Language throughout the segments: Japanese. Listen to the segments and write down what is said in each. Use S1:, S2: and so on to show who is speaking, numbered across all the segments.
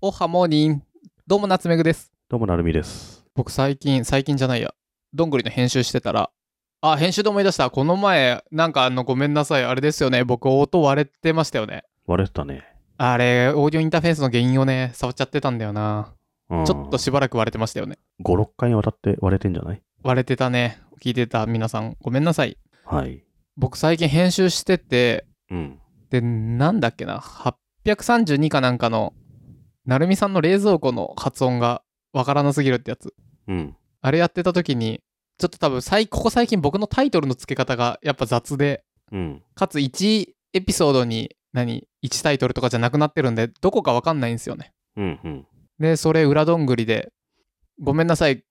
S1: おはモーニン。どうも、夏目ぐです。
S2: どうもなるみです。
S1: 僕、最近、最近じゃないや。どんぐりの編集してたら、あ、編集で思い出した。この前、なんかあの、ごめんなさい。あれですよね。僕、音割れてましたよね。
S2: 割れてたね。
S1: あれ、オーディオインターフェースの原因をね、触っちゃってたんだよな。
S2: うん、
S1: ちょっとしばらく割れてましたよね。
S2: 5、6回にわたって割れてんじゃない
S1: 割れてたね。聞いてた皆さん、ごめんなさい。
S2: はい。
S1: 僕、最近編集してて、
S2: うん。
S1: で、なんだっけな、832かなんかの、なるみさんの冷蔵庫の発音がわからなすぎるってやつ。
S2: うん。
S1: あれやってた時に、ちょっと多分最、ここ最近僕のタイトルの付け方がやっぱ雑で、
S2: うん。
S1: かつ1エピソードに、何、1タイトルとかじゃなくなってるんで、どこかわかんないんですよね。
S2: うん。うん。
S1: で、それ、裏どんぐりで、ごめんなさい、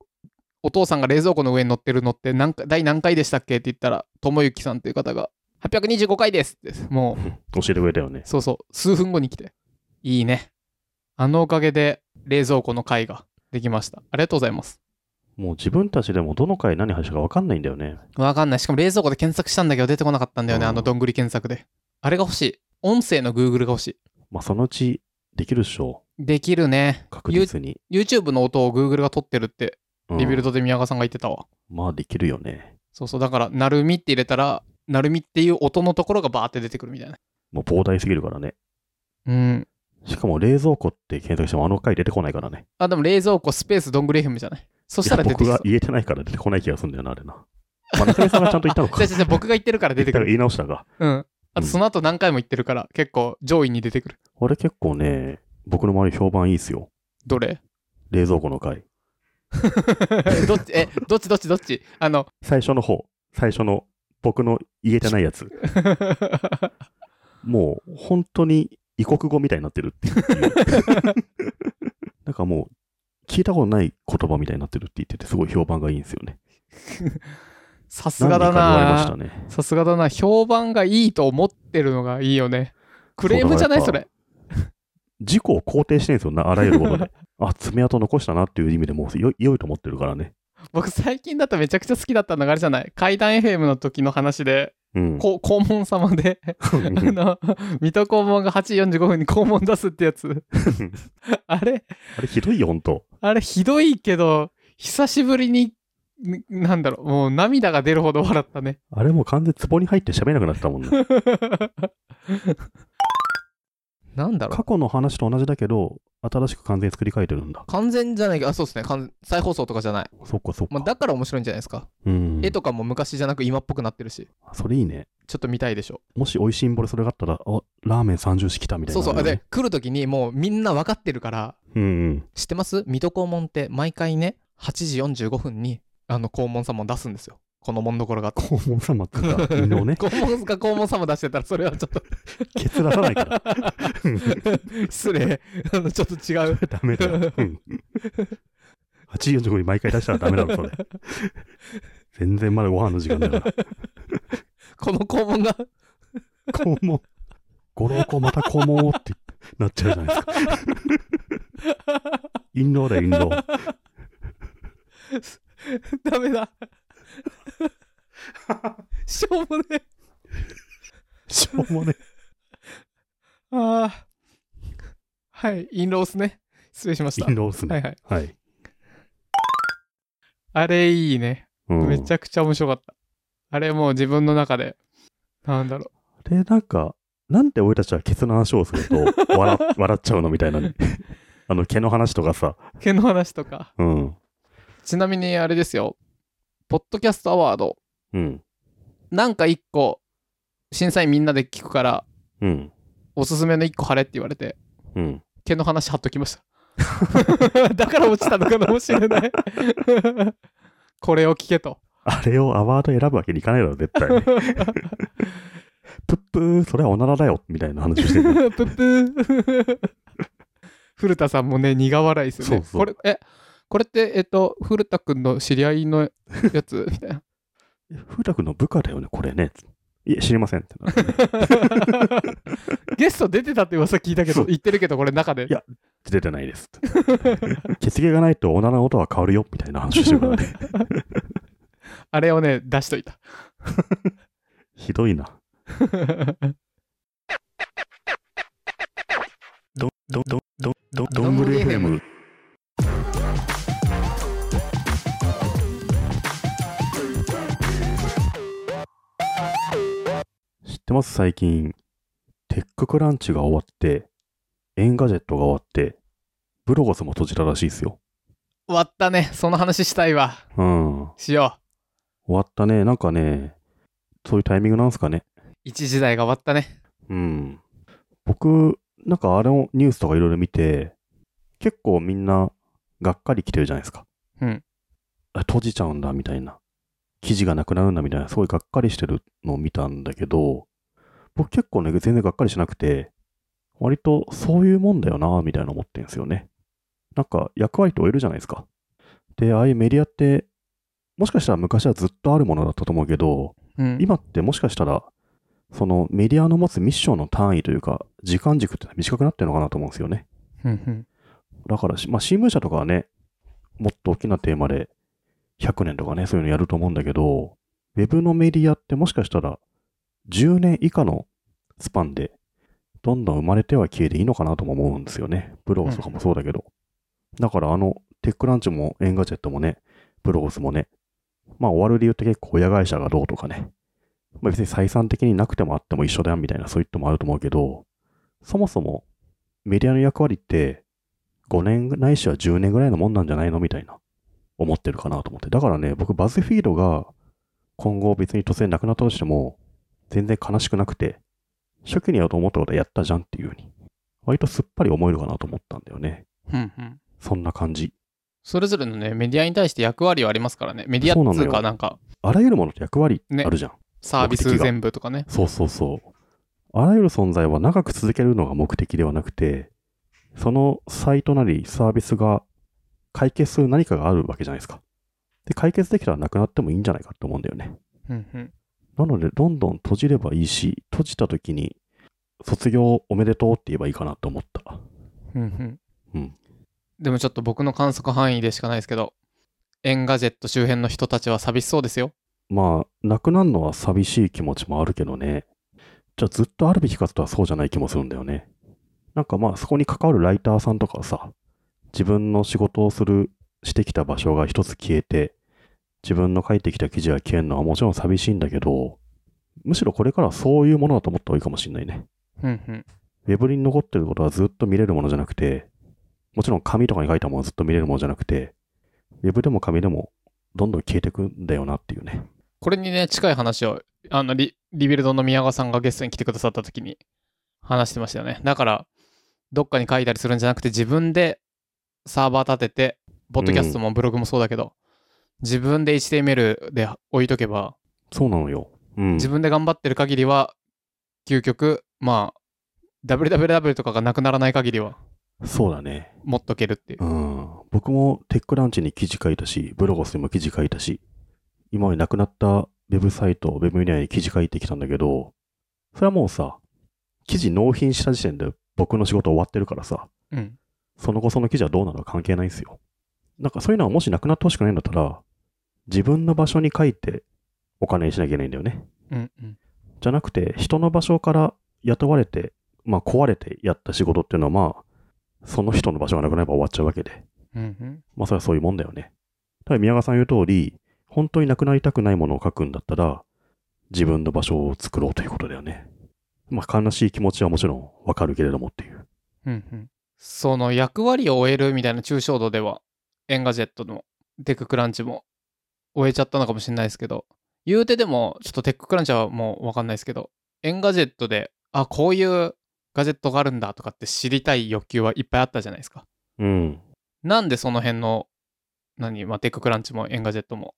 S1: お父さんが冷蔵庫の上に乗ってるのって何回、第何回でしたっけって言ったら、ともゆきさんっていう方が、825回ですって、もう、
S2: 教えてくれたよね。
S1: そうそう、数分後に来て。いいね。あのおかげで冷蔵庫の回ができました。ありがとうございます。
S2: もう自分たちでもどの回何話したかわかんないんだよね。
S1: わかんない。しかも冷蔵庫で検索したんだけど出てこなかったんだよね、
S2: うん
S1: あのどんぐり検索で。あれが欲しい。音声の Google が欲しい。
S2: まあ、そのうちできるっしょ。
S1: できるね。
S2: 確実に。
S1: You- YouTube の音を Google が取ってるって、
S2: うん
S1: リビルドで宮川さんが言ってたわ。
S2: まあ、できるよね。
S1: そうそう、だから、なるみって入れたら、なるみっていう音のところがバーって出てくるみたいな。
S2: もう膨大すぎるからね。
S1: うん。
S2: しかも冷蔵庫って検索してもあの回出てこないからね。
S1: あ、でも冷蔵庫スペースどんぐり FM じゃない。そしたら
S2: いや
S1: 出て
S2: 僕
S1: きそう
S2: が。言えてないから出てこない気がするんだよな、あれな。まあ、中根さんがちゃんと言ったの か。
S1: じゃじゃ僕が言ってるから出てく
S2: 言った
S1: る。
S2: ら言い直したが。
S1: うん。あとその後何回も言ってるから、結構上位に出てくる。
S2: あれ結構ね、僕の周り評判いいっすよ。
S1: どれ
S2: 冷蔵庫の回。
S1: どっち、え、どっちどっちどっちあの、
S2: 最初の方。最初の僕の言えてないやつ。もう本当に異国語みたいになってるっていう。 なんかもう聞いたことない言葉みたいになってるって言ってて、すごい評判がいいんですよね。
S1: さすがだ
S2: 何人か言われました
S1: な
S2: ね。
S1: さすがだな。評判がいいと思ってるのがいいよね。クレームじゃない
S2: そ
S1: そう
S2: だ
S1: れ
S2: か。自己を肯定してるんですよな、あらゆることで。あ、爪痕残したなっていう意味でもうよ良いと思ってるからね。
S1: 僕最近だとめちゃくちゃ好きだったのがあれじゃない階段 FM の時の話で、
S2: うん。
S1: こう肛門様で、 あの、水戸黄門が8時45分に肛門出すってや つ。あれ、
S2: あれひどいよ、本当
S1: あれひどいけど、久しぶりに、んなんだろう、もう涙が出るほど笑ったね。
S2: あれもう完全に壺に入って喋れなくなったもんね。
S1: なんだろう
S2: 過去の話と同じだけど、新しく完全に作り変えてるんだ。
S1: 完全じゃないけど、あ、そうですね。完再放送とかじゃない。
S2: そっかそっか。
S1: まあ、だから面白いんじゃないですか。
S2: うん。
S1: 絵とかも昔じゃなく今っぽくなってるし、
S2: それいいね。
S1: ちょっと見たいでしょ。
S2: もし美味しいんぼでそれがあったら、あラーメン30式来たみたい
S1: そ
S2: な、
S1: うそう。で、来る時にもうみんな分かってるから、
S2: うんうん。
S1: 知ってます水戸黄門って毎回ね、8時45分に、あの、黄門様を出すんですよ。この門どころがあって。
S2: 肛門様っていうか、昨 日ね、
S1: 黄門が黄門様出してたら、それはちょっと
S2: ケツ出さないから。
S1: 失礼。あの、ちょっと違う。
S2: ダメだよ。うん8時45分に毎回出したらダメだろ、それ。全然まだご飯の時間だから。
S1: この黄門が、
S2: 肛門。ご老公また肛門をってなっちゃうじゃないで すか。陰謀だよ、陰謀。
S1: ダメ だ。しょうもねえ。
S2: しょうもね。
S1: ああ。はい、インロースね。失礼しました。
S2: 陰謀っす
S1: はい
S2: ね。
S1: はい。
S2: はい。
S1: あれいいね。
S2: うん
S1: めちゃくちゃ面白かった。あれもう自分の中で、なんだろ
S2: で、なんか、なんで俺たちはケツの話をすると笑笑っちゃうのみたいなね。あの、毛の話とかさ。
S1: う、毛の話とか。
S2: うん。
S1: ちなみにあれですよ、ポッドキャストアワード、
S2: うん。
S1: なんか一個、審査員みんなで聞くから、
S2: うん。
S1: おすすめの一個貼れって言われて、
S2: うん。
S1: 毛の話貼っときました。 だから落ちたのかもしれ ない。これを聞けと。
S2: あれをアワード選ぶわけにいかないだろ、絶対 ね。プップー、それはおならだよ、みたいな話をして る。
S1: プップー古田さんもね苦笑いするね
S2: そうそう
S1: これえこれってえっと古田くんの知り合いのや つみたいな
S2: ふうたくんの部下だよね、これね。いえ、知りませんってな ってね
S1: ゲスト出てたって噂聞いたけ
S2: そ
S1: ど
S2: う
S1: 言ってるけどこれ中で
S2: いや出てないですって。血毛がないとおならの音は変わるよ、みたいな話をしてるから ね。
S1: あれをね出しといた
S2: ひどいな。
S1: ど
S2: ど、ど、ど、ど、どんぐり FM。知ってます最近、テッククランチが終わって、エンガジェットが終わって、ブロゴスも閉じたらしいですよ。
S1: 終わったね。その話したいわ。
S2: うん。
S1: しよ
S2: 終わったね。なんかね、そういうタイミングなんですかね。
S1: う。一時代が終わったね。
S2: うん。僕、なんかあれのニュースとかいろいろ見て、結構みんながっかり来てるじゃないですか。
S1: うん
S2: あ。閉じちゃうんだみたいな。記事がなくなるんだみたいな、すごいがっかりしてるのを見たんだけど、僕結構ね、全然がっかりしなくて、割とそういうもんだよな、みたいな思ってるんですよね。なんか役割って終えるじゃないですか。で、ああいうメディアって、もしかしたら昔はずっとあるものだったと思うけど、
S1: うん。
S2: 今ってもしかしたら、そのメディアの持つミッションの単位というか、時間軸ってのは短くなってるのかなと思うんですよね。
S1: うんうん
S2: だからし、まあ、新聞社とかはね、もっと大きなテーマで100年とかね、そういうのやると思うんだけど、ウェブのメディアってもしかしたら10年以下のスパンで、どんどん生まれては消えていいのかなとも思うんですよね。ブロゴスとかもそうだけど。だからあの、テックランチもエンガジェットもね、ブロゴスもね、まあ終わる理由って結構親会社がどうとかね、まあ別に採算的になくてもあっても一緒だよみたいなそういったもあると思うけど、そもそもメディアの役割って、5年ないしは10年ぐらいのもんなんじゃないのみたいな思ってるかなと思って。だからね、僕、バズフィードが今後別に突然なくなったとしても、全然悲しくなくて、初期にやろうと思ったことはやったじゃんっていうふうに、割とすっぱり思えるかなと思ったんだよね。
S1: うんうん。
S2: そんな感じ。
S1: それぞれのね、メディアに対して役割はありますからね。メディ
S2: そう
S1: ア
S2: な
S1: っ
S2: の
S1: つう
S2: よ
S1: か、なんか、
S2: あらゆるものって役割
S1: ね
S2: あるじゃん。
S1: サービス
S2: 目的が
S1: 全部とかね。
S2: そうそうそう。あらゆる存在は長く続けるのが目的ではなくて、そのサイトなりサービスが解決する何かがあるわけじゃないですか。で、解決できたらなくなってもいいんじゃないかと思うんだよね。
S1: うんうん。
S2: なので、どんどん閉じればいいし、閉じた時に、卒業おめでとうって言えばいいかなと思った。
S1: うんうん。
S2: うん。
S1: でもちょっと僕の観測範囲でしかないですけど、エンガジェット周辺の人たちは寂しそうですよ。
S2: まあ、なくなるのは寂しい気持ちもあるけどね。じゃあ、ずっとあるべきかとはそうじゃない気もするんだよね。なんかまあ、そこに関わるライターさんとかはさ、自分の仕事をする、してきた場所が一つ消えて、自分の書いてきた記事が消えるのはもちろん寂しいんだけど、むしろこれからはそういうものだと思った方がいいかもしれないね。
S1: うんうん。
S2: ウェブに残ってることはずっと見れるものじゃなくて、もちろん紙とかに書いたものはずっと見れるものじゃなくて、ウェブでも紙でもどんどん消えてくんだよなっていうね。
S1: これにね、近い話を、あのリ、リビルドの宮川さんがゲストに来てくださった時に話してましたよね。だから、どっかに書いたりするんじゃなくて、自分でサーバー立てて、ポッドキャストもブログもそうだけど、自分で HTML で置いとけば、
S2: そうなのよ。うん。
S1: 自分で頑張ってる限りは、究極、まあ、www とかがなくならない限りは、
S2: そうだね。
S1: 持っとけるっていう
S2: う。ん。僕もテックランチに記事書いたし、ブロゴスにも記事書いたし、今までなくなったウェブサイト、ウェブメディアに記事書いてきたんだけど、それはもうさ、記事納品した時点で僕の仕事終わってるからさ、
S1: うん。
S2: その後その記事はどうなるか関係ないんですよ。なんかそういうのはもしなくなってほしくないんだったら、自分の場所に書いてお金にしなきゃいけないんだよね。
S1: うんうん。
S2: じゃなくて、人の場所から雇われて、まあ壊れてやった仕事っていうのはまあ、その人の場所がなくなれば終わっちゃうわけで。
S1: うんうん。
S2: まあそれはそういうもんだよね。ただ宮川さん言う通り、本当になくなりたくないものを書くんだったら、自分の場所を作ろうということだよね。まあ悲しい気持ちはもちろんわかるけれどもっていう。
S1: うんうん、その役割を終えるみたいな抽象度ではエンガジェットのテッククランチも終えちゃったのかもしれないですけど言うてでもちょっとテッククランチはもう分かんないですけどエンガジェットであこういうガジェットがあるんだとかって知りたい欲求はいっぱいあったじゃないですか
S2: うん。
S1: なんでその辺の何、まあ、テッククランチもエンガジェットも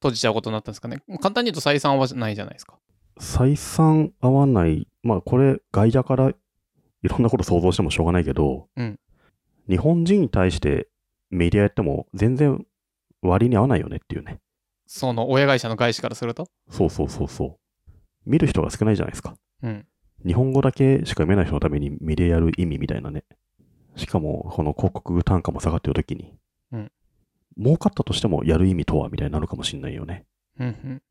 S1: 閉じちゃうことになったんですかね簡単に言うと採算はないじゃないですか
S2: 採算合わない、まあこれ外野からいろんなこと想像してもしょうがないけど、
S1: うん
S2: 日本人に対してメディアやっても全然割に合わないよねっていうね。
S1: その親会社の外資からすると
S2: そうそうそうそう。見る人が少ないじゃないですか。
S1: うん
S2: 日本語だけしか読めない人のためにメディアやる意味みたいなね。しかもこの広告単価も下がってる時に、
S1: うん
S2: 儲かったとしてもやる意味とはみたいになるかもしれないよね。
S1: うんうん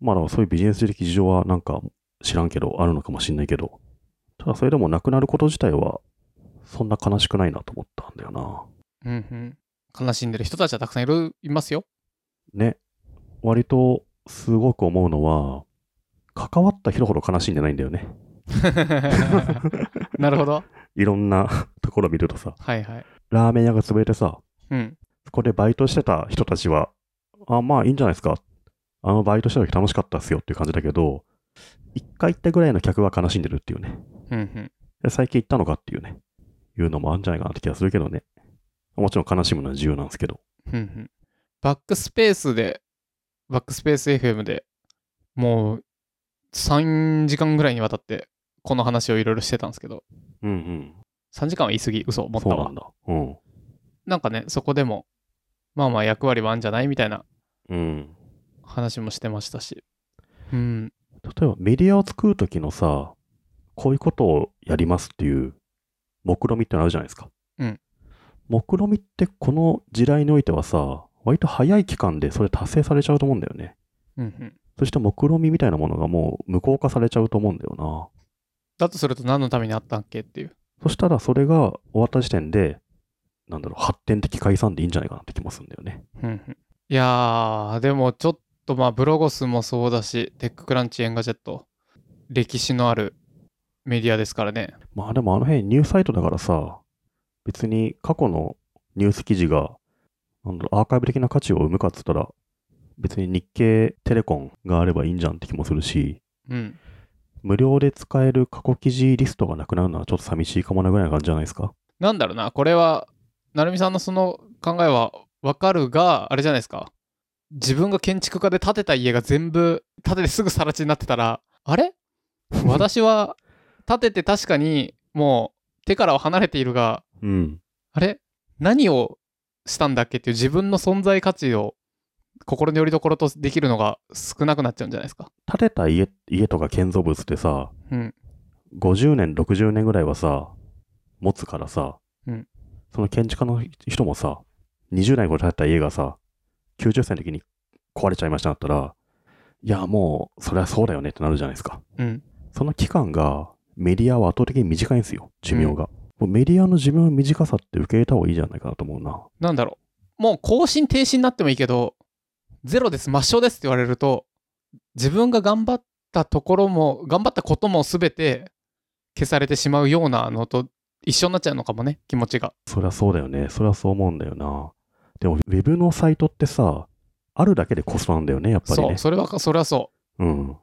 S2: まあだからそういうビジネス的事情はなんか知らんけど、あるのかもしんないけど、ただそれでもなくなること自体は、そんな悲しくないなと思ったんだよな。
S1: うんうん。悲しんでる人たちはたくさんいる、います よ。
S2: ね。割と、すごく思うのは、関わった人ほど悲しんでないんだよね。
S1: なるほど。
S2: いろんな ところ見るとさ、
S1: はいはい。
S2: ラーメン屋が潰れてさ、
S1: うん。
S2: そこでバイトしてた人たちは、あ、まあいいんじゃないですか。あのバイトした時楽しかったっすよっていう感じだけど、一回行ったぐらいの客は悲しんでるっていうね。
S1: うんうん。
S2: で最近行ったのかっていうね、いうのもあるんじゃないかなって気がするけどね。もちろん悲しむのは自由なんですけど。
S1: うんうん。バックスペースで、バックスペース FM でもう3時間ぐらいにわたってこの話をいろいろしてたんですけど、
S2: うんうん。
S1: 3時間は言い過ぎ、嘘、思った
S2: そうな
S1: わ
S2: ん。だ。うん。
S1: なんかね、そこでも、まあまあ役割はあんじゃないみたいな
S2: うん。
S1: 話もしてましたし。うん。
S2: 例えばメディアを作るときのさ、こういうことをやりますっていう目論見みってのあるじゃないですか。
S1: うん。
S2: 目論見みってこの時代においてはさ、割と早い期間でそれ達成されちゃうと思うんだよね。
S1: うんうん。
S2: そして目論見みみたいなものがもう無効化されちゃうと思うんだよな。
S1: だとすると何のためにあったっけっていう。
S2: そしたらそれが終わった時点で、なんだろう、発展的解散でいいんじゃないかなって気もするんだよね。
S1: うんうんいやー、でもちょっとまあ、ブロゴスもそうだし、テッククランチ、エンガジェット、歴史のあるメディアですからね。
S2: まあでもあの辺ニュースサイトだからさ、別に過去のニュース記事が、なんだろう、アーカイブ的な価値を生むかっつったら、別に日経テレコンがあればいいんじゃんって気もするし、
S1: うん。
S2: 無料で使える過去記事リストがなくなるのはちょっと寂しいかもなぐらいな感じじゃないですか。
S1: なんだろうな、これは、成美さんのその考えはわかるが、あれじゃないですか。自分が建築家で建てた家が全部、建ててすぐ更地になってたら、あれ私は建てて確かにもう手からは離れているが、
S2: うん。
S1: あれ何をしたんだっけっていう自分の存在価値を心の拠り所とできるのが少なくなっちゃうんじゃないですか。
S2: 建てた家、家とか建造物ってさ、
S1: うん。
S2: 50年、60年ぐらいはさ、持つからさ、
S1: うん
S2: その建築家の人もさ、20年後建てた家がさ、90歳の時に壊れちゃいましただったら、いや、もう、それはそうだよねってなるじゃないですか。
S1: うん。
S2: その期間が、メディアは圧倒的に短いんですよ、寿命が。もうメディアの寿命の短さって受け入れた方がいいじゃないかなと思うな。
S1: なんだろう。もう更新停止になってもいいけど、ゼロです、抹消ですって言われると、自分が頑張ったところも、頑張ったことも全て消されてしまうようなのと一緒になっちゃうのかもね、気持ちが。
S2: そりゃそうだよね。そりゃそう思うんだよな。でも、ウェブのサイトってさ、あるだけでコストなんだよね、やっぱり
S1: そ
S2: ね
S1: う、。それは、それはそう。
S2: うん。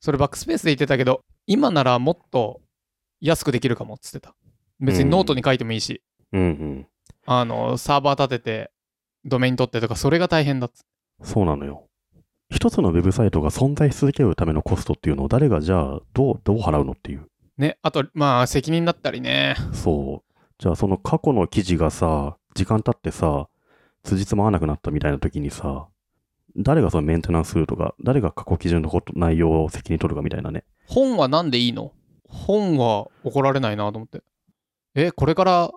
S1: それバックスペースで言ってたけど、今ならもっと安くできるかもっつってた。別にノートに書いてもいいし、
S2: うんうん。
S1: あの、サーバー立てて、ドメイン取ってとか、それが大変だっつ。
S2: そうなのよ。一つのウェブサイトが存在し続けるためのコストっていうのを誰がじゃあどう、どう払うのっていう。
S1: ね、あと、まあ、責任だったりね。
S2: そう。じゃあその過去の記事がさ、時間経ってさ、辻褄合わなくなったみたいな時にさ、誰がそのメンテナンスするとか、誰が過去記事のこと内容を責任取るかみたいなね。
S1: 本はなんでいいの本は怒られないなと思って。え、これから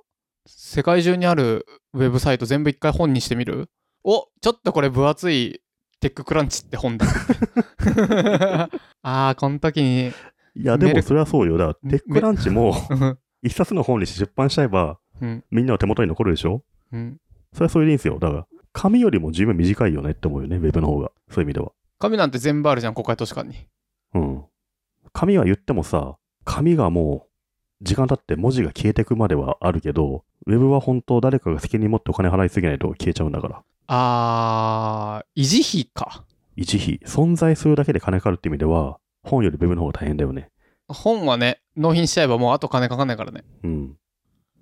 S1: 世界中にあるウェブサイト全部一回本にしてみるおちょっとこれ分厚いテッククランチって本だ。ああ、この時に。
S2: いや、
S1: メル
S2: でもそれはそうよ。だから、
S1: メ
S2: テックランチも
S1: うん
S2: 一冊の本にして出版しちゃえば、
S1: うん。
S2: みんなの手元に残るでしょ
S1: うん。
S2: それはそれでいいんですよ。だから、紙よりも十分短いよねって思うよね、ウェブの方が。そういう意味では。
S1: 紙なんて全部あるじゃん、国会図書館に。
S2: うん。紙は言ってもさ、紙がもう、時間経って文字が消えてくまではあるけど、ウェブは本当誰かが責任持ってお金払いすぎないと消えちゃうんだから。
S1: あー、維持費か。
S2: 維持費、存在するだけで金かかるって意味では、本よりウェブの方が大変だよね。
S1: 本はね、納品しちゃえばもうあと金かかんないからね。
S2: うん。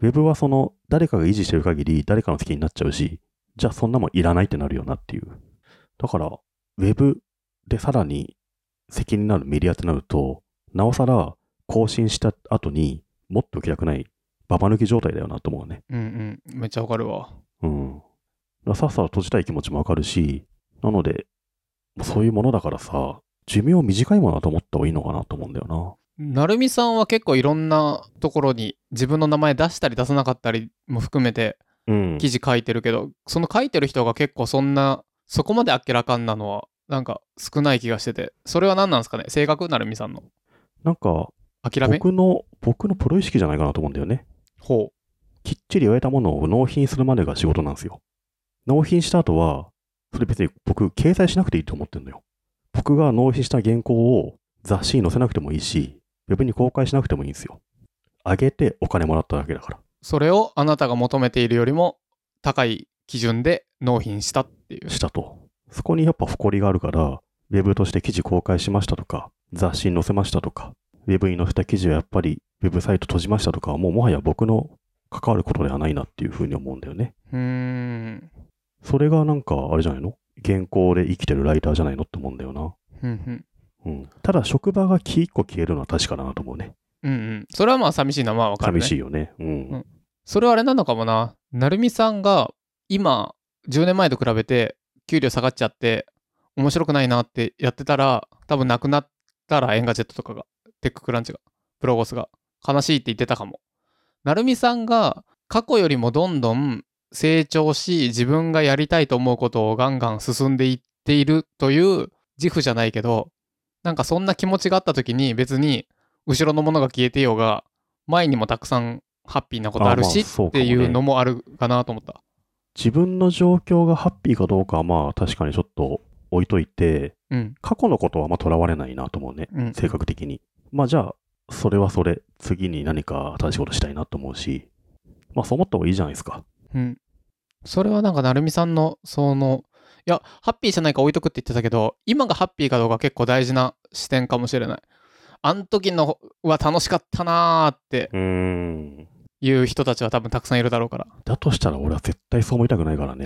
S2: ウェブはその、誰かが維持してる限り、誰かの責任になっちゃうし、じゃあそんなもんいらないってなるよなっていう。だから、ウェブでさらに責任のあるメディアってなると、なおさら更新した後にもっと受けたくない、ババ抜き状態だよなと思うね。
S1: うんうん。めっちゃわかるわ。
S2: うん。だからさっさと閉じたい気持ちもわかるし、なので、もうそういうものだからさ、寿命短いものだと思った方がいいのかなと思うんだよな。
S1: なるみさんは結構いろんなところに自分の名前出したり出さなかったりも含めて
S2: うん
S1: 記事書いてるけど、その書いてる人が結構そんな、そこまであっけらかんなのは、なんか少ない気がしてて、それは何なんですかね性格なるみさんの。
S2: なんか、
S1: 諦め
S2: 僕の、僕のプロ意識じゃないかなと思うんだよね。
S1: ほ
S2: きっちり終えたものを納品するまでが仕事なんですよ。納品した後は、それ別に僕、掲載しなくていいと思ってるのよ。僕が納品した原稿を雑誌に載せなくてもいいし、ウェブに公開しなくてもいいんですよ。あげてお金もらっただけだから。
S1: それをあなたが求めているよりも高い基準で納品したっていう。
S2: したと。そこにやっぱ誇りがあるから、ウェブとして記事公開しましたとか、雑誌に載せましたとか、ウェブに載せた記事はやっぱりウェブサイト閉じましたとかは、もうもはや僕の関わることではないなっていうふうに思うんだよね。
S1: うーん。
S2: それがなんかあれじゃないの原稿で生きてるライターじゃないのって思うんだよな。
S1: ふんふん。
S2: うん。ただ職場が木一個消えるのは確かだなと思うね。
S1: うんうん。それはまあ寂しいのはまあわかる、ね。
S2: 寂しいよね。うん。
S1: うんそれはあれなのかもな。なるみさんが今、10年前と比べて給料下がっちゃって、面白くないなってやってたら、多分なくなったらエンガジェットとかが、テッククランチが、プロゴスが、悲しいって言ってたかも。なるみさんが過去よりもどんどん成長し、自分がやりたいと思うことをガンガン進んでいっているという自負じゃないけど、なんかそんな気持ちがあった時に別に後ろのものが消えてようが、前にもたくさんハッピーなことあるし
S2: あまあそう
S1: っ
S2: かも
S1: て
S2: ね
S1: いうのもあるかなと思った。
S2: 自分の状況がハッピーかどうかはまあ確かにちょっと置いといて、
S1: うん。
S2: 過去のことはまあ囚われないなと思うね。
S1: うん。
S2: 性格的に。まあじゃあ、それはそれ。次に何か新しいことしたいなと思うし、まあそう思った方がいいじゃないですか。
S1: うん。それはなんか、なるみさんの、その、いや、ハッピーじゃないか置いとくって言ってたけど、今がハッピーかどうか結構大事な視点かもしれない。あん時のは楽しかったなーって
S2: うーん。
S1: いう人たちは多分たくさんいるだろう から。
S2: だとしたら俺は絶対そう思いたくな いからね。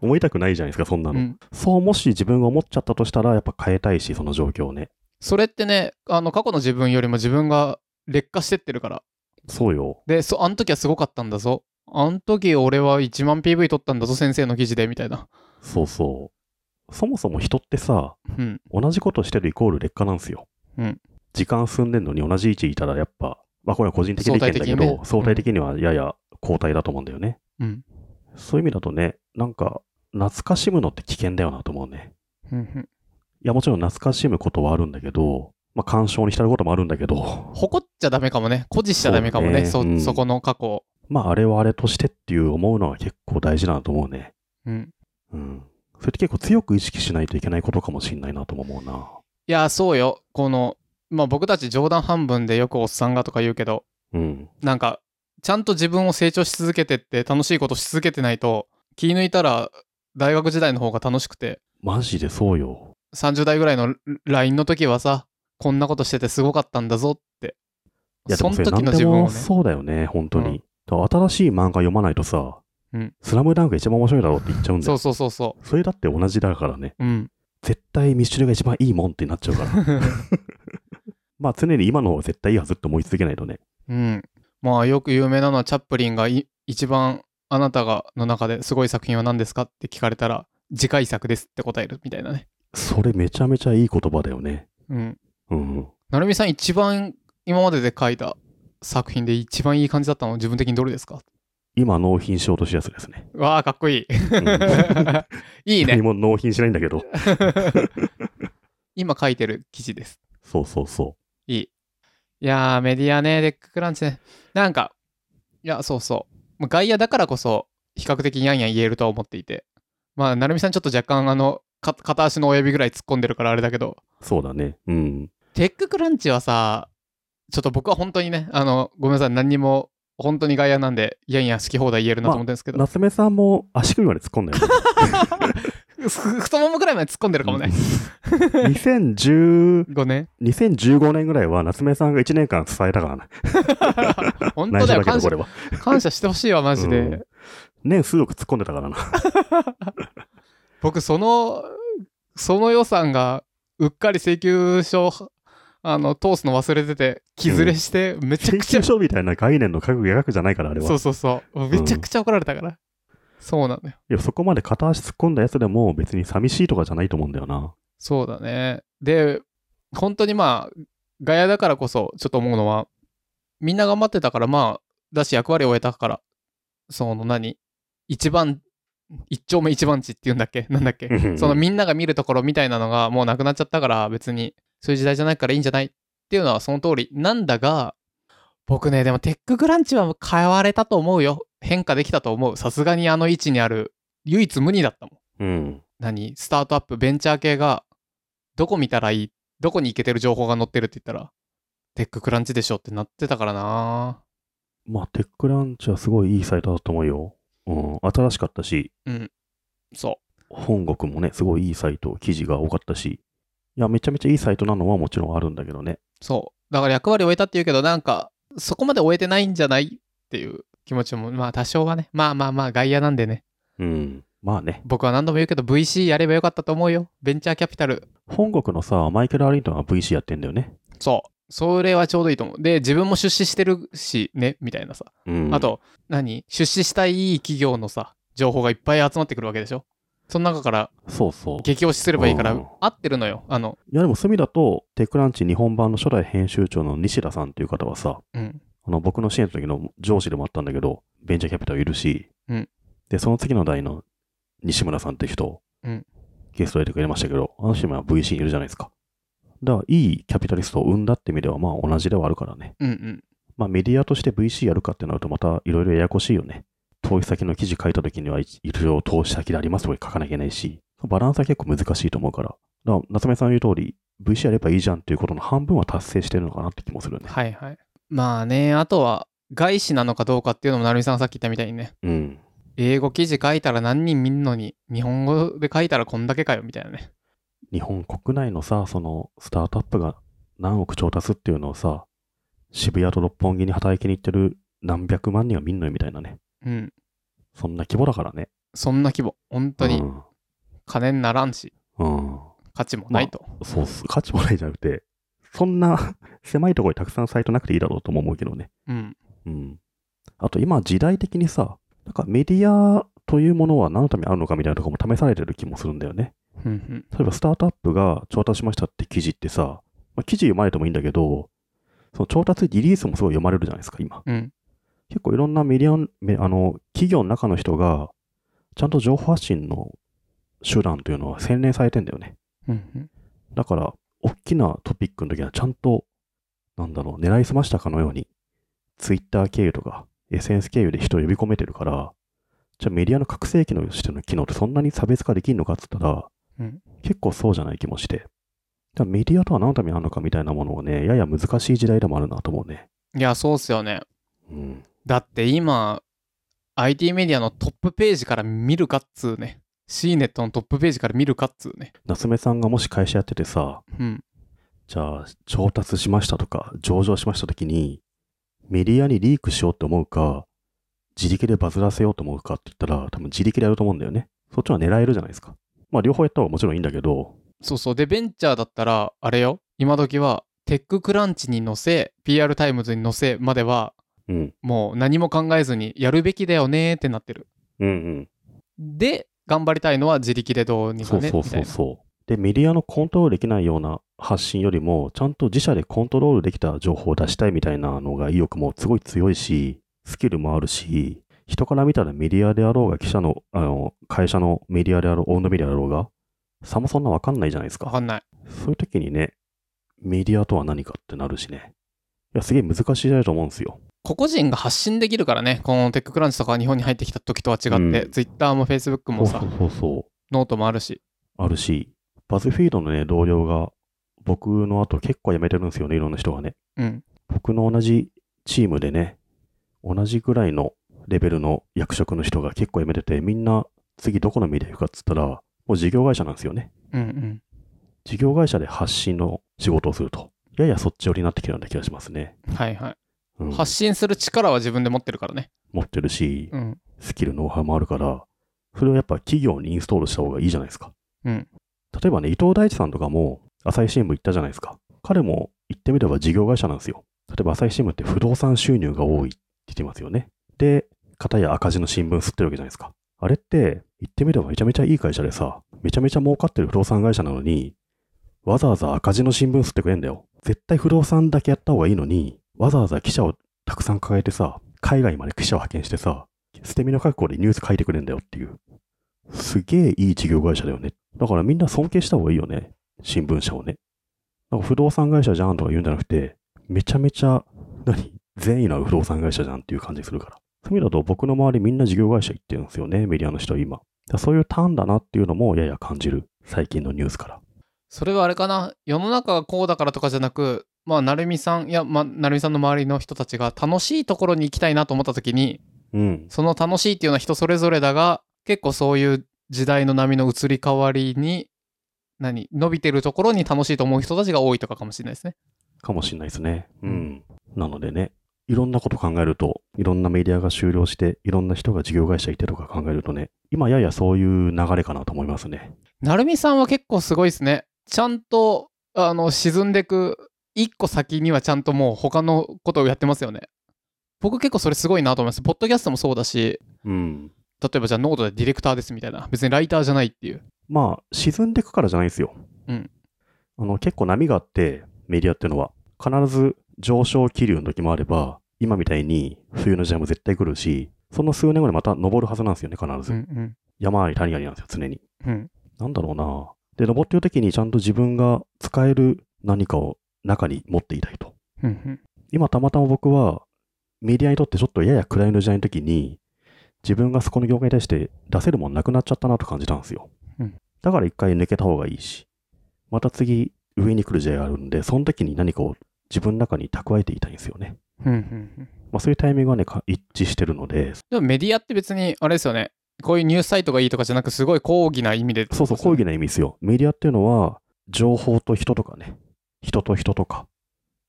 S2: 思いたくないじゃないですか、そんな
S1: う
S2: の。
S1: ん、
S2: そうもし自分が思っちゃったとしたら、やっぱ変えたいし、その状況をね。
S1: それってね、あの、過去の自分よりも自分が劣化してってるから。
S2: そうよ。
S1: で、そあん時はすごかったんだぞ。あん時俺は1万 PV 取ったんだぞ、先生の記事で、みたいな。
S2: そうそう。そもそも人ってさ、
S1: うん。
S2: 同じことしてるイコール劣化なんですよ。
S1: うん
S2: 時間進んでんのに同じ位置いたらやっぱ、まあこれは個人的な意見だけど、
S1: 相対的
S2: 相
S1: に
S2: 対,、
S1: ね
S2: 的にはやや後退だと思うんだよね。
S1: うん。
S2: そういう意味だとね、なんか、懐かしむのって危険だよなと思うね。
S1: うんうん
S2: いや、もちろん懐かしむことはあるんだけど、まあ、干渉に浸ることもあるんだけど、
S1: 誇っちゃダメかもね。誇示しちゃダメかもね、
S2: そ
S1: そう
S2: ねうん
S1: そこの過去を。
S2: まあ、あれはあれとしてっていう思うのは結構大事だなと思うね。
S1: うん。
S2: うん。それって結構強く意識しないといけないことかもしれないなとも思うな。
S1: いや、そうよ。この、まあ僕たち冗談半分でよくおっさんがとか言うけど、
S2: うん。
S1: なんか、ちゃんと自分を成長し続けてって楽しいことし続けてないと、気抜いたら大学時代の方が楽しくて、
S2: マジでそうよ。
S1: 30代ぐらいの LINE の時はさ、こんなことしててすごかったんだぞって。
S2: いや、で
S1: そ
S2: も
S1: の
S2: それ
S1: 時
S2: 何
S1: の
S2: で
S1: 自分を
S2: も
S1: ね。
S2: そうだよね、本当
S1: うん
S2: に。だから新しい漫画読まないとさ、
S1: うん
S2: スラムダンクが一番面白いだろうって言っちゃうんだ
S1: そ
S2: よ。
S1: うそうそうそ
S2: それだって同じだからね。
S1: う。うん。
S2: 絶対ミスチルが一番いいもんってなっちゃうから。まあ常に今の方が絶対いいはずって思い続けないとね。
S1: うん。まあよく有名なのはチャップリンがい一番あなたがの中ですごい作品は何ですかって聞かれたら、次回作ですって答えるみたいなね。
S2: それめちゃめちゃいい言葉だよね。
S1: うん。
S2: うん。
S1: なるみさん一番今までで書いた作品で一番いい感じだったの自分的にどれですか
S2: 今納品しようとしたやつですね。
S1: わあかっこ いい
S2: うん
S1: いい
S2: 何
S1: ね
S2: も納品しないんだけど。
S1: 今書いてる記事です
S2: そうそうそ
S1: いいいやーメディアねデッククランチねなんかいやそうそうまあ外野だからこそ比較的やんやん言えるとは思っていてまあなるみさんちょっと若干あのか片足の親指ぐらい突っ込んでるからあれだけど
S2: う。そうだね。うん。
S1: テッククランチはさ、ちょっと僕は本当にね、あの、ごめんなさい、何にも、本当に外野なんで、いやいや、好き放題言えるなと思ってるんですけど、
S2: 夏目さんも足首まで突っ込んだよ
S1: ふ
S2: ね。
S1: 太ももぐらいまで突っ込んでるかもね。
S2: 2010
S1: 5年
S2: 2015年ぐらいは夏目さんが1年間伝えたからね。
S1: 本当
S2: 内
S1: だ
S2: 緒
S1: よ、感
S2: だけどこ
S1: 謝
S2: れ、は。
S1: 感謝してほしいわ、マジで。
S2: うん年数億突っ込んでたからな。
S1: 僕、その、その予算が、うっかり請求書、あの、通すの忘れてて、気ずれして、めちゃ
S2: 請
S1: くちゃ
S2: 求、書みたいな概念の額が額じゃないから、あれは。
S1: そうそうそう、めちゃくちゃ怒られたから。そうなんだよ。
S2: いや、そこまで片足突っ込んだやつでも別に寂しいとかじゃないと思うんだよな。
S1: そうだね。で、本当にまあ、ガヤだからこそ、ちょっと思うのは、みんな頑張ってたから、まあ、だし役割を終えたから、その何、一番、一丁目一番地っていうんだっけなんだっけ
S2: うんうん
S1: そのみんなが見るところみたいなのがもうなくなっちゃったから、別に、そういう時代じゃないからいいんじゃないっていうのはその通りなんだが、僕ね、でもテッククランチは変われたと思うよ。変化できたと思う。さすがにあの位置にある、唯一無二だったもん。
S2: うん。
S1: 何スタートアップ、ベンチャー系が、どこ見たらいいどこに行けてる情報が載ってるって言ったら、テッククランチでしょってなってたからな
S2: まあ、テックランチはすごいいいサイトだと思うよ。うん。新しかったし、
S1: そ
S2: 本国もね、すごいいいサイト、記事が多かったし、いや、めちゃめちゃいいサイトなのはもちろんあるんだけどね。
S1: う。そう。だから役割終えたって言うけど、なんか、そこまで終えてないんじゃないっていう気持ちも、まあ多少はね。まあまあまあ、外野なんでね。
S2: うん。まあね、
S1: 僕は何度も言うけど、VC やればよかったと思うよ。ベンチャーキャピタル、
S2: 本国のさ、マイケル・アリントンが VC やってんだよね。
S1: そう。それはちょうどいいと思う。で、自分も出資してるしね、みたいなさ。
S2: うん。
S1: あ、と、何出資したい企業のさ、情報がいっぱい集まってくるわけでしょその中から
S2: そうそう。
S1: 激推しすればいいから
S2: うん、
S1: 合ってるのよ。あの、
S2: いやでも隅田とテックランチ日本版の初代編集長の西田さんっていう方はさ、
S1: うん。
S2: あの僕の支援の時の上司でもあったんだけど、ベンチャーキャピタルいるし、
S1: うん
S2: で、その次の代の西村さんって人、
S1: うん
S2: ゲストで出てくれましたけど、あの人今 VC にいるじゃないですか。だからいいキャピタリストを生んだって意味ではまあ同じではあるからね。
S1: うんうん。
S2: まあメディアとして VC やるかってなるとまたいろいろややこしいよね。投資先の記事書いた時にはいいろいろ投資先でありますとか書かなきゃいけないし、バランスは結構難しいと思うから。だから夏目さんの言う通り、VC やればいいじゃんっていうことの半分は達成してるのかなって気もするね。
S1: はいはい。まあね、あとは、外資なのかどうかっていうのも、成美さんがさっき言ったみたいにね、
S2: うん。
S1: 英語記事書いたら何人見んのに、日本語で書いたらこんだけかよ、みたいなね。
S2: 日本国内のさ、そのスタートアップが何億調達っていうのをさ、渋谷と六本木に働きに行ってる何百万人が見んのよみたいなね。
S1: うん。
S2: そんな規模だからね。
S1: そんな規模、本当に
S2: うん
S1: 金にならんし、
S2: うん。
S1: 価値もないと。
S2: そうっす。価値もないじゃなくて、そんな 狭いところにたくさんサイトなくていいだろうとも思うけどね。
S1: うん。
S2: うん。あと今時代的にさ、なんかメディアというものは何のためにあるのかみたいなところも試されてる気もするんだよね。
S1: うんうん。
S2: 例えばスタートアップが調達しましたって記事ってさ、まあ、記事読まれてもいいんだけど、その調達リリースもすごい読まれるじゃないですか、今。
S1: うん。
S2: 結構いろんなメディアの、めあの、企業の中の人が、ちゃんと情報発信の手段というのは洗練されてんだよね。
S1: うんうん。
S2: だから、大きなトピックの時はちゃんと、なんだろう、狙いすましたかのように、ツイッター経由とか、SNS 経由で人を呼び込めてるから、じゃあメディアの覚醒機能としての機能ってそんなに差別化できるのかっつったら、
S1: うん
S2: 結構そうじゃない気もして。だからメディアとは何のためにあるのかみたいなものをね、やや難しい時代でもあるなと思うね。
S1: いや、そうっすよね。
S2: うん。
S1: だって今、IT メディアのトップページから見るかっつうね。C ネットのトップページから見るかっつうね。
S2: 夏目さんがもし会社やっててさ、
S1: うん。
S2: じゃあ調達しましたとか、上場しましたときに、メディアにリークしようと思うか、自力でバズらせようと思うかって言ったら、多分自力でやると思うんだよね。そっちの方が狙えるじゃないですか。まあ両方やった方がもちろんいいんだけど、
S1: そうそう。で、ベンチャーだったら、あれよ。今時は、テッククランチに載せ、PR タイムズに載せまでは、
S2: うん。
S1: もう何も考えずに、やるべきだよねーってなってる。
S2: うんうん。
S1: で、頑張りたいのは自力でどうにか
S2: そう
S1: ね、
S2: そう
S1: み
S2: そ
S1: たいうな。
S2: そう。で、メディアのコントロールできないような発信よりも、ちゃんと自社でコントロールできた情報を出したいみたいなのが意欲もすごい強いし、スキルもあるし、人から見たらメディアであろうが、記者の、あの、会社のメディアであろう、オウンドメディアであろうが、差もそんなわかんないじゃないです
S1: わ
S2: か
S1: か。んない。
S2: そういう時にね、メディアとは何かってなるしね。いや、すげえ難しいだと思うんですよ。
S1: 個々人が発信できるからね、このテッククランチとか日本に入ってきた時とは違って、
S2: うん
S1: Twitter も Facebook もさ、
S2: そうそうそう。
S1: ノートもあるし。
S2: あるし、バズフィードのね、同僚が、僕の後結構辞めてるんですよね、いろんな人がね。
S1: うん。
S2: 僕の同じチームでね、同じぐらいのレベルの役職の人が結構辞めてて、みんな次どこのメディア行くかっつったら、もう事業会社なんですよね。
S1: うんうん。
S2: 事業会社で発信の仕事をすると、ややそっち寄りになってきてるような気がしますね。
S1: はいはい。
S2: うん、
S1: 発信する力は自分で持ってるからね。
S2: 持ってるし、
S1: うん。
S2: スキル、ノウハウもあるから、それをやっぱ企業にインストールした方がいいじゃないですか。
S1: うん
S2: 例えばね、伊藤大地さんとかも、朝日新聞行ったじゃないですか。彼も言ってみれば事業会社なんですよ。例えば朝日新聞って不動産収入が多いって言ってますよね。で、片や赤字の新聞吸ってるわけじゃないですか。あれって、言ってみればめちゃめちゃいい会社でさ、めちゃめちゃ儲かってる不動産会社なのに、わざわざ赤字の新聞吸ってくれんだよ。絶対不動産だけやった方がいいのに、わざわざ記者をたくさん抱えてさ、海外まで記者を派遣してさ、捨て身の覚悟でニュース書いてくれんだよっていう。すげえいい事業会社だよね。だからみんな尊敬した方がいいよね。新聞社をね。なんか不動産会社じゃんとか言うんじゃなくて、めちゃめちゃ、何善意のある不動産会社じゃんっていう感じするから。そういう意味だと僕の周りみんな事業会社行ってるんですよね、メディアの人は今。だからそういうターンだなっていうのもやや感じる。最近のニュースから。
S1: それはあれかな世の中がこうだからとかじゃなくまあ成美さんいや、まあ、成美さんの周りの人たちが楽しいところに行きたいなと思った時に
S2: うん。
S1: その楽しいっていうのは人それぞれだが結構そういう時代の波の移り変わりに何伸びてるところに楽しいと思う人たちが多いとかかもしれないですね。
S2: かもしれないですね。うん。なのでね、いろんなこと考えると、いろんなメディアが終了して、いろんな人が事業会社いてとか考えるとね、今ややそういう流れかなと思いますね。
S1: 成美さんは結構すごいですね。ちゃんとあの沈んでく一個先にはちゃんともう他のことをやってますよね。僕結構それすごいなと思います。ポッドキャストもそうだし
S2: うん。
S1: 例えばじゃあノートでディレクターですみたいな別にライターじゃないっていう。
S2: まあ、沈んでくからじゃないんですよ。
S1: うん
S2: あの、結構波があって、メディアってのは、必ず上昇気流の時もあれば、今みたいに冬の時代も絶対来るし、その数年後にまた登るはずなんですよね、必
S1: う
S2: ず。
S1: ん
S2: 山あり谷ありなんですよ、常に。
S1: うんうん
S2: なんだろうな。で、登ってる時にちゃんと自分が使える何かを中に持っていたいと。
S1: うんうん
S2: 今たまたま僕はメディアにとってちょっとやや暗いの時代の時に自分がそこの業界に対して出せるもんなくなっちゃったなと感じたんですよ。
S1: うん
S2: だから一回抜けた方がいいし、また次上に来る時代があるんで、その時に何かを自分の中に蓄えていたいんですよね。
S1: うんうんうん
S2: まあそういうタイミングがね、か一致してるので、
S1: でもメディアって別にあれですよね。こういうニュースサイトがいいとかじゃなくすごい抗議な意味で
S2: そうそう、抗議な意味ですよ。メディアっていうのは、情報と人とかね、人と人とか、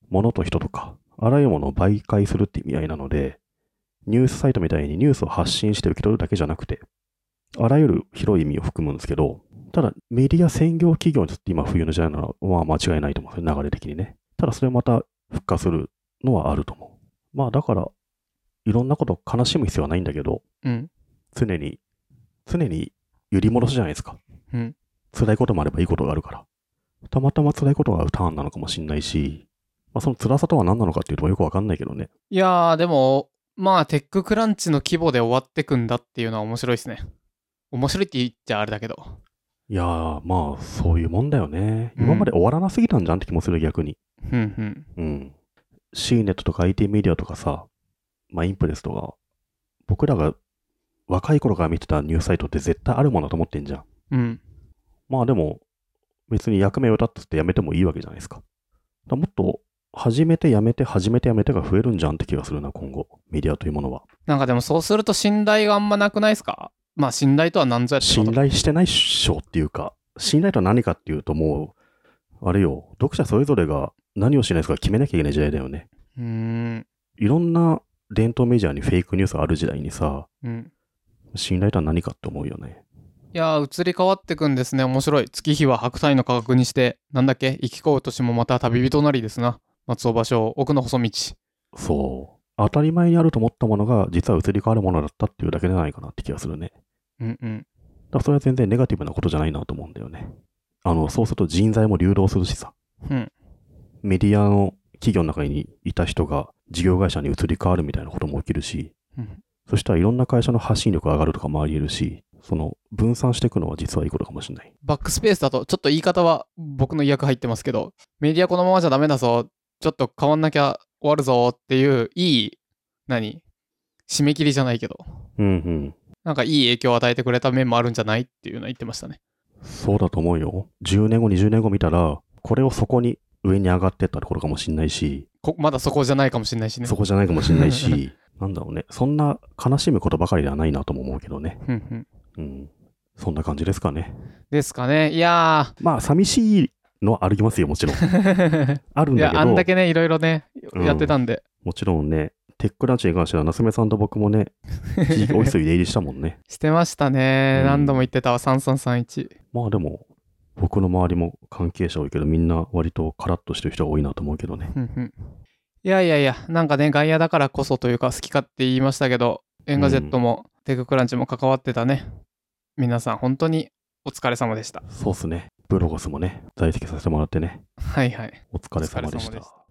S2: 物と人とか、あらゆるものを媒介するって意味合いなので、ニュースサイトみたいにニュースを発信して受け取るだけじゃなくて、あらゆる広い意味を含むんですけど、ただメディア専業企業にとって今冬の時代なのはまあ間違いないと思うんですよ、流れ的にね。ただそれまた復活するのはあると思う。まあだから、いろんなことを悲しむ必要はないんだけど、
S1: うん
S2: 常に、常に揺り戻しじゃないですか。
S1: うん
S2: 辛いこともあればいいことがあるから。たまたま辛いことがあるターンなのかもしれないし、まあ、その辛さとは何なのかっていうとよくわかんないけどね。
S1: いやーでもまあテッククランチの規模で終わってくんだっていうのは面白いですね面白いって言っちゃあれだけど
S2: いやー、まあ、そういうもんだよね。
S1: うん
S2: 今まで終わらなすぎたんじゃんって気もする、逆に。
S1: うんうん
S2: うん。CNET とか IT メディアとかさ、まあ、インプレスとか、僕らが若い頃から見てたニュースサイトって絶対あるものだと思ってんじゃん。
S1: うん
S2: まあでも、別に役目を立つってやめてもいいわけじゃないですか。だからもっと、始めてやめて、始めてやめてが増えるんじゃんって気がするな、今後。メディアというものは。
S1: なんかでもそうすると信頼があんまなくないですかまあ信頼とは何ぞやってこと
S2: 信頼してないっしょっていうか、信頼とは何かっていうと、もう、あれよ、読者それぞれが何をしないですか決めなきゃいけない時代だよね。
S1: うーん
S2: いろんな伝統メジャーにフェイクニュースがある時代にさ、
S1: うん
S2: 信頼とは何かって思うよね。
S1: いやー移り変わってくんですね面白い月日は白菜の価格にしてなんだっけ生き交う年もまた旅人なりですな松尾芭蕉奥の細道
S2: そう。当たり前にあると思ったものが、実は移り変わるものだったっていうだけじゃないかなって気がするね。
S1: うんうん
S2: だからそれは全然ネガティブなことじゃないなと思うんだよね。あの、そうすると人材も流動するしさ、
S1: うん
S2: メディアの企業の中にいた人が事業会社に移り変わるみたいなことも起きるし、
S1: うん
S2: そしたらいろんな会社の発信力が上がるとかもあり得るし、その分散していくのは実はいいことかもしれない。
S1: バックスペースだと、ちょっと言い方は僕の意訳入ってますけど、メディアこのままじゃダメだぞ、ちょっと変わんなきゃ終わるぞっていう、いい、何締め切りじゃないけど、
S2: うんうん。
S1: なんかいい影響を与えてくれた面もあるんじゃないっていうのは言ってましたね。
S2: そうだと思うよ。10年後、20年後見たら、これをそこに上に上がってったところかもしれないし、
S1: こまだそこじゃないかもしれないしね。
S2: そこじゃないかもしれないし、 なんだろうね。そんな悲しむことばかりではないなとも思うけどね。
S1: うんうん
S2: うん。そんな感じですかね。
S1: ですかね。いや
S2: まあ、寂しいのは歩きますよ、も ちろん。
S1: ー。
S2: あるん
S1: い
S2: だ
S1: や、
S2: け
S1: あん
S2: ど、
S1: だけね、いろいろね、
S2: うん
S1: やってたんで。
S2: もちろんね、テックランチに関しては、夏目さんと僕もね、一時期オフィスに出入りしたもんね。
S1: してましたね。
S2: うん
S1: 何度も言ってたわ、3331。
S2: まあでも、僕の周りも関係者多いけど、みんな割とカラッとしてる人が多いなと思うけどね。
S1: うんうんいやいやいや、なんかね、外野だからこそというか、好きかって言いましたけど、エンガジェットも、テククランチも関わってたね。皆さん、本当にお疲れ様でした。
S2: そうっすね。ブロゴスもね、在籍させてもらってね、
S1: はいはい。
S2: お疲れ様でし
S1: お疲れ様で
S2: た
S1: し。た